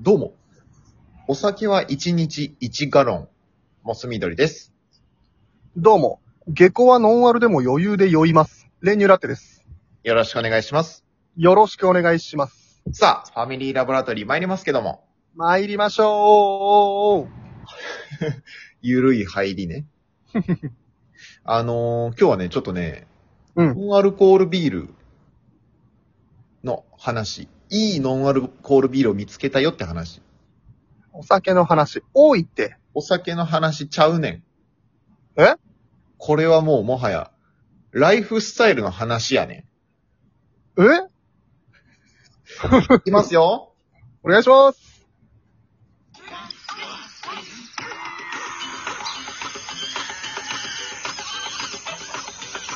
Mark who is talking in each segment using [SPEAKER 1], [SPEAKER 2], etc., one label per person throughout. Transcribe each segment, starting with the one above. [SPEAKER 1] どうも。お酒は1日1ガロン。モス緑です。
[SPEAKER 2] どうも。下校はノンアルでも余裕で酔います。練乳ラテです。
[SPEAKER 1] よろしくお願いします。
[SPEAKER 2] よろしくお願いします。
[SPEAKER 1] さあ、ファミリーラボラトリー参りますけども。
[SPEAKER 2] 参りましょう。
[SPEAKER 1] ゆるい入り ね。あのー今日はね、ちょっとね、
[SPEAKER 2] うん
[SPEAKER 1] ノンアルコールビールの話。いいノンアルコールビールを見つけたよって話。
[SPEAKER 2] お酒の話、多いって。
[SPEAKER 1] お酒の話ちゃうねん。
[SPEAKER 2] え
[SPEAKER 1] これはもうもはや、ライフスタイルの話やね
[SPEAKER 2] え
[SPEAKER 1] ん。いきますよ。
[SPEAKER 2] お願いします。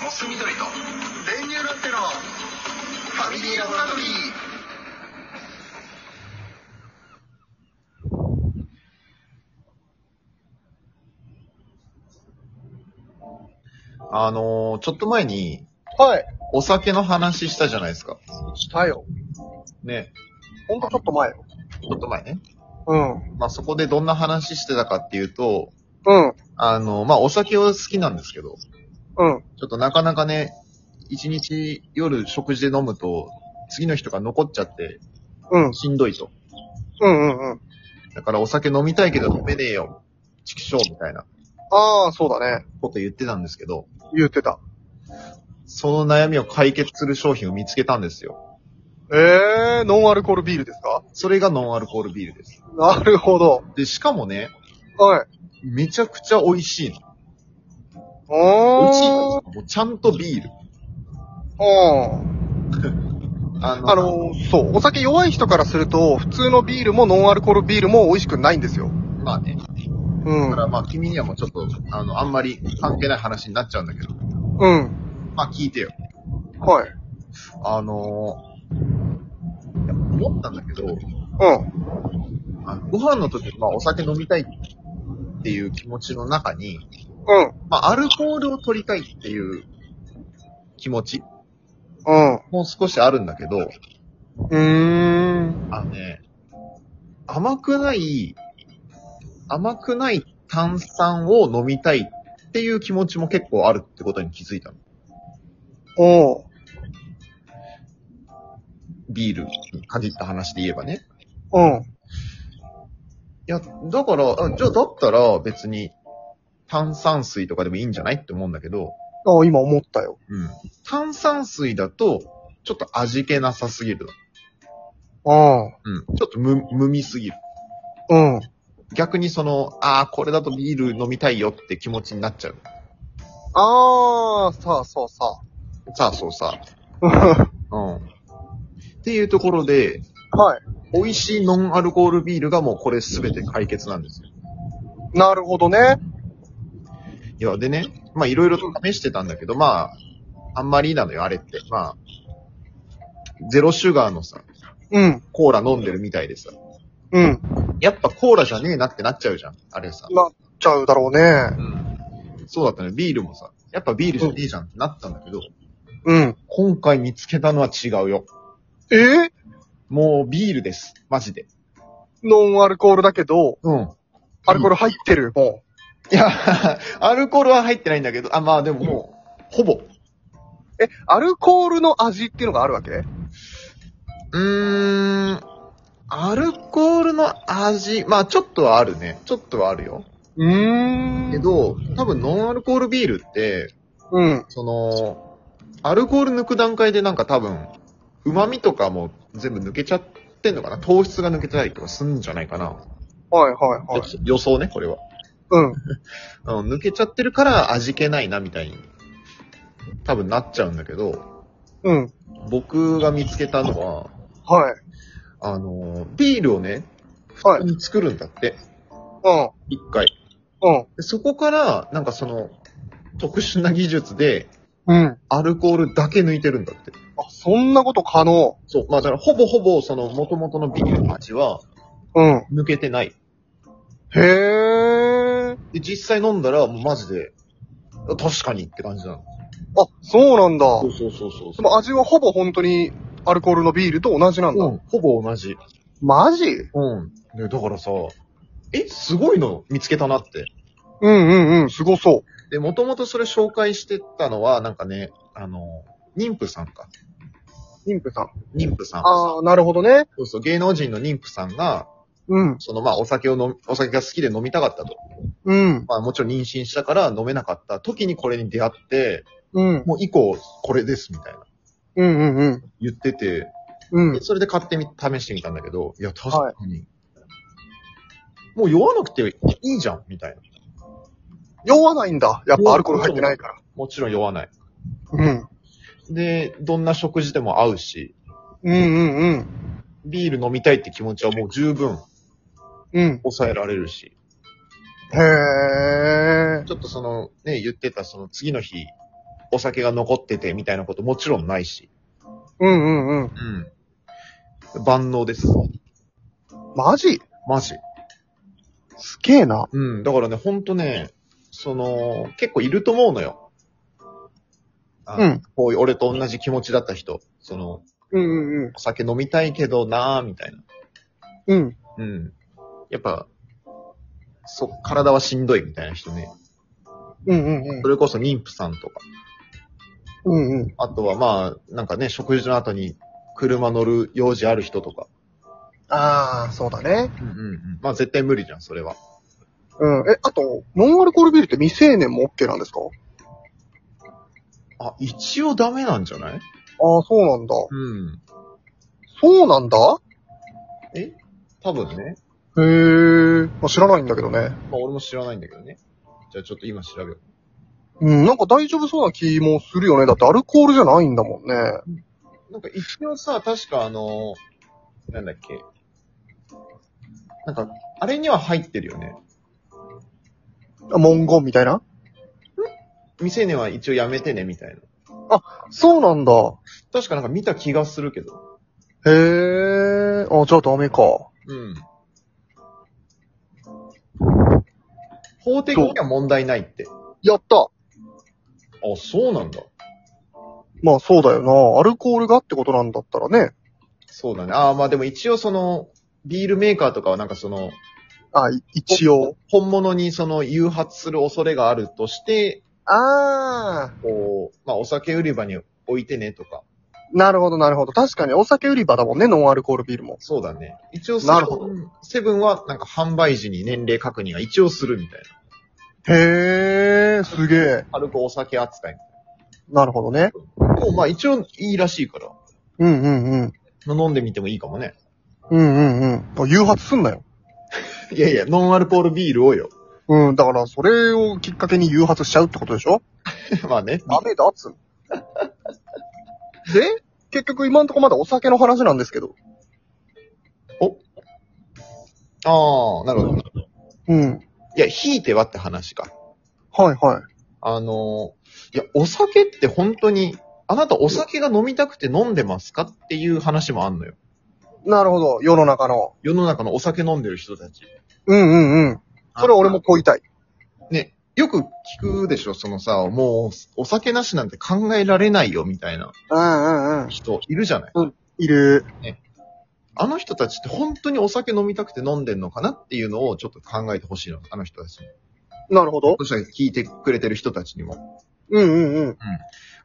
[SPEAKER 3] モス緑と練乳ラテのファミリーラボラトリー
[SPEAKER 1] あのーちょっと前に、
[SPEAKER 2] はい。
[SPEAKER 1] お酒の話したじゃないですか。
[SPEAKER 2] したよ。
[SPEAKER 1] ね。
[SPEAKER 2] ほんとちょっと前よ。
[SPEAKER 1] ちょっと前ね。
[SPEAKER 2] うん。
[SPEAKER 1] まあ、そこでどんな話してたかっていうと、
[SPEAKER 2] うん。
[SPEAKER 1] あの、まあ、お酒は好きなんですけど、
[SPEAKER 2] うん。
[SPEAKER 1] ちょっとなかなかね、一日夜食事で飲むと、次の日とか残っちゃって、
[SPEAKER 2] うん。
[SPEAKER 1] しんどいと。
[SPEAKER 2] うんうんうん。
[SPEAKER 1] だからお酒飲みたいけど飲めねえよ。畜生みたいな
[SPEAKER 2] ああ、そうだね。
[SPEAKER 1] こと言ってたんですけど、
[SPEAKER 2] 言ってた。
[SPEAKER 1] その悩みを解決する商品を見つけたんですよ。
[SPEAKER 2] ええー、ノンアルコールビールですか
[SPEAKER 1] それがノンアルコールビールです。
[SPEAKER 2] なるほど。
[SPEAKER 1] で、しかもね、
[SPEAKER 2] はい。
[SPEAKER 1] めちゃくちゃ美味しいの。美味しいのも
[SPEAKER 2] お
[SPEAKER 1] うちゃんとビール。
[SPEAKER 2] ー。うん。
[SPEAKER 1] あの
[SPEAKER 2] あの、そう、お酒弱い人からすると、普通のビールもノンアルコールビールも美味しくないんですよ。
[SPEAKER 1] まあね。
[SPEAKER 2] う
[SPEAKER 1] だか
[SPEAKER 2] ん。
[SPEAKER 1] らまあ君にはもうちょっと、あの、あんまり関係ない話になっちゃうんだけど。
[SPEAKER 2] うん。
[SPEAKER 1] まあ聞いてよ。
[SPEAKER 2] はい。
[SPEAKER 1] あのーいや思ったんだけど、
[SPEAKER 2] うん。
[SPEAKER 1] あのご飯の時、まあお酒飲みたいっていう気持ちの中に、
[SPEAKER 2] う
[SPEAKER 1] まあアルコールを取りたいっていう気持ち
[SPEAKER 2] ん。
[SPEAKER 1] もう少しあるんだけど、
[SPEAKER 2] うん。うーん。
[SPEAKER 1] あのね、甘くない、甘くない炭酸を飲みたいっていう気持ちも結構あるってことに気づいたの。
[SPEAKER 2] おう。
[SPEAKER 1] ビールに限った話で言えばね。
[SPEAKER 2] うん。
[SPEAKER 1] いや、だから、あじゃあだったら別に炭酸水とかでもいいんじゃないって思うんだけど、
[SPEAKER 2] あ今思ったよ。
[SPEAKER 1] うん。炭酸水だと、ちょっと味気なさすぎる
[SPEAKER 2] うん。
[SPEAKER 1] の。うん。ちょっとむ、むみすぎる。
[SPEAKER 2] うん。
[SPEAKER 1] 逆にその、ああ、これだとビール飲みたいよって気持ちになっちゃう。
[SPEAKER 2] あー、さあ、そうさ
[SPEAKER 1] さあ、そうさ。
[SPEAKER 2] あ。
[SPEAKER 1] うん。っていうところで、
[SPEAKER 2] は
[SPEAKER 1] 美味しいノンアルコールビールがもうこれ全て解決なんですよ。
[SPEAKER 2] い。なるほどね。
[SPEAKER 1] いや、でね、まあいろいろと試してたんだけど、まあ、あんまりなのよ、あれって。まあ、ゼロシュガーのさ、
[SPEAKER 2] うん。
[SPEAKER 1] コーラ飲んでるみたいでさ、
[SPEAKER 2] うん。
[SPEAKER 1] やっぱコーラじゃねえなってなっちゃうじゃん、あれさ。
[SPEAKER 2] なっちゃうだろうね。
[SPEAKER 1] うん。そうだったね、ビールもさ、やっぱビールじゃねえじゃんってなったんだけど、
[SPEAKER 2] うん。
[SPEAKER 1] 今回見つけたのは違うよ。
[SPEAKER 2] えー、
[SPEAKER 1] もうビールです、マジで。
[SPEAKER 2] ノンアルコールだけど、
[SPEAKER 1] うん。
[SPEAKER 2] アルコール入ってる、も
[SPEAKER 1] いや、 アルコールは入ってないんだけど、あ、まあでももう、ほぼ。
[SPEAKER 2] う。え、アルコールの味っていうのがあるわけ
[SPEAKER 1] うーん、アルコールの味、まあちょっとはあるね。ちょっとはあるよ。
[SPEAKER 2] うー
[SPEAKER 1] け。ど、多分ノンアルコールビールって、
[SPEAKER 2] うん。
[SPEAKER 1] その、アルコール抜く段階でなんか多分、旨味とかも全部抜けちゃってんのかな糖質が抜けてたりとかすんじゃないかな、
[SPEAKER 2] はいはいはい。
[SPEAKER 1] ちょっと予想ね、これは。
[SPEAKER 2] うん。
[SPEAKER 1] うん、抜けちゃってるから味気ないな、みたいに。多分なっちゃうんだけど、
[SPEAKER 2] うん。
[SPEAKER 1] 僕が見つけたのは、
[SPEAKER 2] はい。
[SPEAKER 1] あのー、ビールをね、
[SPEAKER 2] はい。
[SPEAKER 1] 作るんだって、
[SPEAKER 2] うん。
[SPEAKER 1] 一回。
[SPEAKER 2] うん。
[SPEAKER 1] でそこから、なんかその、特殊な技術で、
[SPEAKER 2] うん。
[SPEAKER 1] アルコールだけ抜いてるんだって。
[SPEAKER 2] あ、そんなこと可能。
[SPEAKER 1] そう。まあだから、ほぼほぼ、その、元々のビールの味は、
[SPEAKER 2] うん。へ
[SPEAKER 1] 抜けてない。
[SPEAKER 2] え。
[SPEAKER 1] で、実際飲んだら、もうマジで、あ確かにって感じなの。
[SPEAKER 2] あ、そうなんだ。
[SPEAKER 1] そうそうそうそう。
[SPEAKER 2] でも味はほぼ本当にアルコールのビールと同じなんだ。
[SPEAKER 1] うん、ほぼ同じ。
[SPEAKER 2] マジ
[SPEAKER 1] うん。ね、だからさ、え、すごいの見つけたなって。
[SPEAKER 2] うんうんうん、すごそ
[SPEAKER 1] で、もともとそれ紹介してたのは、なんかね、あの、妊婦さんか。
[SPEAKER 2] う。妊婦さん。
[SPEAKER 1] 妊婦さん。
[SPEAKER 2] ああ、なるほどね。
[SPEAKER 1] そうそう、芸能人の妊婦さんが、
[SPEAKER 2] うん、
[SPEAKER 1] そのまあお酒を飲み、お酒が好きで飲みたかったと。
[SPEAKER 2] うん、
[SPEAKER 1] まあもちろん妊娠したから飲めなかった時にこれに出会って、
[SPEAKER 2] うん、
[SPEAKER 1] もう以降これですみたいな
[SPEAKER 2] うん、うん、うん
[SPEAKER 1] 言ってて、。
[SPEAKER 2] うん
[SPEAKER 1] それで買ってみ、試してみたんだけど、いや確かに、もう酔わなくていいじゃんみたいな。
[SPEAKER 2] 酔わないんだ。やっぱアルコール入ってないから。
[SPEAKER 1] もちろん酔わない。
[SPEAKER 2] うん。
[SPEAKER 1] で、どんな食事でも合うし、
[SPEAKER 2] うんうんうん。
[SPEAKER 1] ビール飲みたいって気持ちはもう十分
[SPEAKER 2] うん。
[SPEAKER 1] 抑えられるし、
[SPEAKER 2] へえ。
[SPEAKER 1] ちょっとそのね、言ってたその次の日、お酒が残っててみたいなこともちろんないし、
[SPEAKER 2] うんうんうん。
[SPEAKER 1] うん。万能です。
[SPEAKER 2] マジ
[SPEAKER 1] マジ。
[SPEAKER 2] すげえな。
[SPEAKER 1] うん。だからね、ほんとね、その、結構いると思うのよ。あ
[SPEAKER 2] うん。
[SPEAKER 1] こういう俺と同じ気持ちだった人。その、
[SPEAKER 2] うんうんうん。
[SPEAKER 1] お酒飲みたいけどなぁ、みたいな。
[SPEAKER 2] うん。
[SPEAKER 1] うん。やっぱ、そ、体はしんどいみたいな人ね。
[SPEAKER 2] うんうんうん
[SPEAKER 1] そ。れこそ妊婦さんとか。
[SPEAKER 2] うんうん。
[SPEAKER 1] あとはまあ、なんかね、食事の後に車乗る用事ある人とか。
[SPEAKER 2] ああ、そうだね。
[SPEAKER 1] うんうんうん。まあ絶対無理じゃん、それは。
[SPEAKER 2] うん。え、あと、ノンアルコールビールって未成年も OK なんですか
[SPEAKER 1] あ、一応ダメなんじゃない
[SPEAKER 2] ああ、そうなんだ。
[SPEAKER 1] うん。
[SPEAKER 2] そうなんだ
[SPEAKER 1] 多分ね。
[SPEAKER 2] へえ。まあ、知らないんだけど
[SPEAKER 1] ま
[SPEAKER 2] ね。
[SPEAKER 1] あ俺も知らないんだけどね。じゃあちょっと今調べよう。
[SPEAKER 2] うん、なんか大丈夫そうな気もするよね。だってアルコールじゃないんだもんね。
[SPEAKER 1] なんか一応さ、確かあの、なんだっけ。なんか、あれには入ってるよね。
[SPEAKER 2] あ文言みたいな
[SPEAKER 1] 未成年は一応やめてね、みたいな。
[SPEAKER 2] そうなんだ。
[SPEAKER 1] 確かなんか見た気がするけど。
[SPEAKER 2] へえ。あ、じゃあダメか。
[SPEAKER 1] うん。法的には問題ないって。
[SPEAKER 2] やった
[SPEAKER 1] あ、そうなんだ。
[SPEAKER 2] まあそうだよな。アルコールがってことなんだったらね。
[SPEAKER 1] そうだね。ああ、まあでも一応その、ビールメーカーとかはなんかその、
[SPEAKER 2] あ、い一応。。
[SPEAKER 1] 本物にその誘発する恐れがあるとして、
[SPEAKER 2] ああ。
[SPEAKER 1] こう、まあお酒売り場に置いてねとか。
[SPEAKER 2] なるほど、なるほど。確かにお酒売り場だもんね、ノンアルコールビールも。
[SPEAKER 1] そうだね。一応セ
[SPEAKER 2] なるほ
[SPEAKER 1] ブン、セブンはなんか販売時に年齢確認が一応するみたいな。
[SPEAKER 2] へえ、すげえ。
[SPEAKER 1] 軽くお酒扱いみ
[SPEAKER 2] なるほどね。
[SPEAKER 1] たいな。でもまあ一応いいらしいから。
[SPEAKER 2] うんうんうん。
[SPEAKER 1] 飲んでみてもいいかもね。
[SPEAKER 2] うんうんうん。誘発すんなよ。
[SPEAKER 1] いやいや、ノンアルコールビールをよ。
[SPEAKER 2] うん、だからそれをきっかけに誘発しちゃうってことでしょ
[SPEAKER 1] まあね。
[SPEAKER 2] ダメだっつうので、結局今んとこまだお酒の話なんですけど。
[SPEAKER 1] ああ、なるほど。
[SPEAKER 2] うん。
[SPEAKER 1] いや、ひいてはって話か。
[SPEAKER 2] はいはい。
[SPEAKER 1] あのー、いや、お酒って本当に、あなたお酒が飲みたくて飲んでますかっていう話もあんのよ。
[SPEAKER 2] なるほど、世の中の。
[SPEAKER 1] 世の中のお酒飲んでる人たち。
[SPEAKER 2] うんうんうん。それ俺も問いたい。
[SPEAKER 1] ね、よく聞くでしょ、そのさ、もう、お酒なしなんて考えられないよ、みたいな
[SPEAKER 2] うんうんうん。
[SPEAKER 1] 人いるじゃない。
[SPEAKER 2] いる。
[SPEAKER 1] あの人たちって本当にお酒飲みたくて飲んでんのかなっていうのをちょっと考えてほしいの、あの人たちに。
[SPEAKER 2] なるほど。
[SPEAKER 1] そしたら聞いてくれてる人たちにも。
[SPEAKER 2] うんうんうん。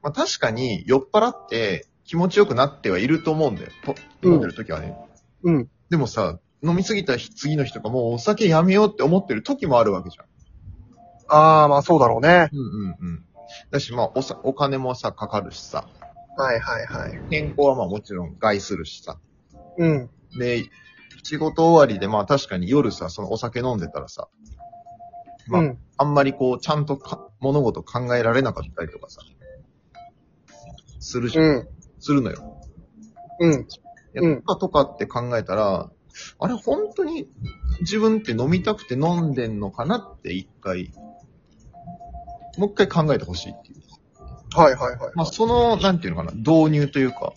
[SPEAKER 1] まあ確かに酔っ払って気持ちよくなってはいると思うんだよ。と
[SPEAKER 2] うん
[SPEAKER 1] 飲んでる時はね。
[SPEAKER 2] うん。
[SPEAKER 1] でもさ、飲みすぎた日次の日とかもうお酒やめようって思ってる時もあるわけじゃん。
[SPEAKER 2] ああ、まあそうだろうね。
[SPEAKER 1] うんうんうん。だしまあおさ、お金もさ、かかるしさ。
[SPEAKER 2] はいはいはい。
[SPEAKER 1] 健康はまあもちろん害するしさ。
[SPEAKER 2] うん。
[SPEAKER 1] で、仕事終わりで、まあ確かに夜さ、そのお酒飲んでたらさ、まあ、
[SPEAKER 2] うん。
[SPEAKER 1] あんまりこう、ちゃんとか物事考えられなかったりとかさ、するじゃん、
[SPEAKER 2] うん。
[SPEAKER 1] するのよ。
[SPEAKER 2] うん。
[SPEAKER 1] いや
[SPEAKER 2] うん
[SPEAKER 1] とかとかって考えたら、あれ本当に自分って飲みたくて飲んでんのかなって一回、もう一回考えてほしいっていう。
[SPEAKER 2] はいはいはい。
[SPEAKER 1] まあその、なんていうのかな、導入というか、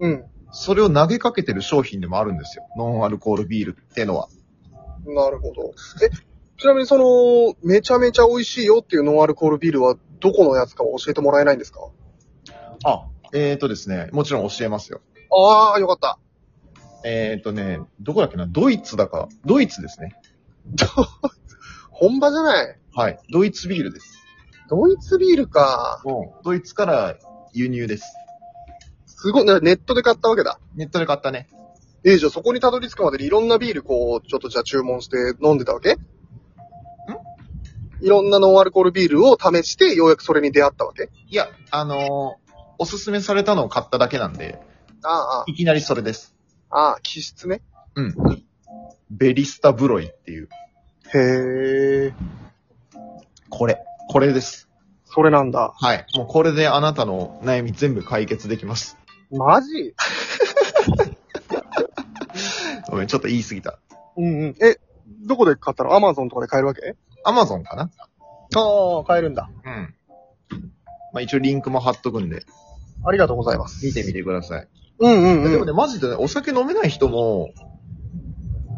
[SPEAKER 2] うん。
[SPEAKER 1] それを投げかけてる商品でもあるんですよ。ノンアルコールビールってのは。
[SPEAKER 2] なるほど。え、ちなみにその、めちゃめちゃ美味しいよっていうノンアルコールビールは、どこのやつか教えてもらえないんですか
[SPEAKER 1] あ、えーとですね、もちろん教えますよ。
[SPEAKER 2] ああ、よかった。
[SPEAKER 1] えーっ、とね、どこだっけな、ドイツだか、ドイツですね。
[SPEAKER 2] 本場じゃない。
[SPEAKER 1] はい。ドイツビールです。
[SPEAKER 2] ドイツビールか。
[SPEAKER 1] ドイツから輸入です。
[SPEAKER 2] すごい、なネットで買ったわけだ。
[SPEAKER 1] ネットで買ったね。
[SPEAKER 2] えー、じゃあそこにたどり着くまでにいろんなビールこう、ちょっとじゃあ注文して飲んでたわけんいろんなノンアルコールビールを試して、ようやくそれに出会ったわけ
[SPEAKER 1] いや、あのーおすすめされたのを買っただけなんで、
[SPEAKER 2] ああ、
[SPEAKER 1] いきなりそれです。
[SPEAKER 2] ああ、ああ、気質ね。
[SPEAKER 1] うん。ベリスタブロイっていう。
[SPEAKER 2] へえ、
[SPEAKER 1] これ。これです。
[SPEAKER 2] それなんだ。
[SPEAKER 1] はい。もうこれであなたの悩み全部解決できます。
[SPEAKER 2] マジ
[SPEAKER 1] ごめん、ちょっと言い過ぎた。
[SPEAKER 2] うんうん。え、どこで買ったのアマゾンとかで買えるわけ
[SPEAKER 1] アマゾンかな
[SPEAKER 2] ああ、買えるんだ。
[SPEAKER 1] うん。まあ、一応リンクも貼っとくんで、
[SPEAKER 2] ありがとうございます。
[SPEAKER 1] 見てみてください。
[SPEAKER 2] うんうん
[SPEAKER 1] で
[SPEAKER 2] う
[SPEAKER 1] も
[SPEAKER 2] ん。
[SPEAKER 1] ね、マジでね、お酒飲めない人も、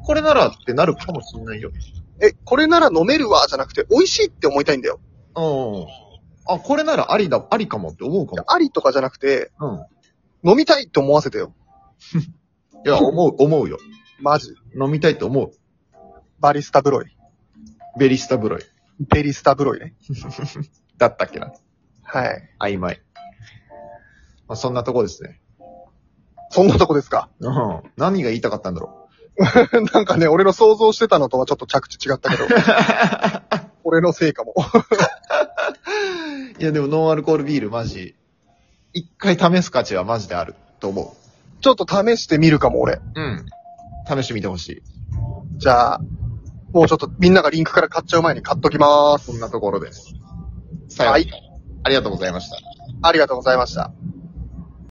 [SPEAKER 1] これならってなるかもしんないよ。
[SPEAKER 2] え、これなら飲めるわ、じゃなくて、美味しいって思いたいんだよ。
[SPEAKER 1] うん。あ、これならありだ、ありかもって思うか
[SPEAKER 2] ありとかじゃなくて、
[SPEAKER 1] も。
[SPEAKER 2] 飲みたいって思わせてよ。
[SPEAKER 1] うん。いや、思う、思うよ。
[SPEAKER 2] マジ。
[SPEAKER 1] 飲みたいって思う。
[SPEAKER 2] バリスタブロイ。
[SPEAKER 1] ベリスタブロイ。
[SPEAKER 2] ベリスタブロイね。
[SPEAKER 1] だったっけな。
[SPEAKER 2] はい。
[SPEAKER 1] 曖昧。まあ、そんなとこですね。
[SPEAKER 2] そんなとこですか。
[SPEAKER 1] うん。何が言いたかったんだろ
[SPEAKER 2] なんかね、俺の想像してたのとはちょっと着地違ったけど。 俺のせいかも。
[SPEAKER 1] う。いや、でもノンアルコールビールマジ、一回試す価値はマジであると思
[SPEAKER 2] ちょっと試してみるかも、俺。
[SPEAKER 1] う。うん。試してみてほしい。
[SPEAKER 2] じゃあ、もうちょっとみんながリンクから買っちゃう前に買っときまーす。
[SPEAKER 1] そんなところです。さような
[SPEAKER 2] は
[SPEAKER 1] いら。。ありがとうございました。
[SPEAKER 2] ありがとうございました。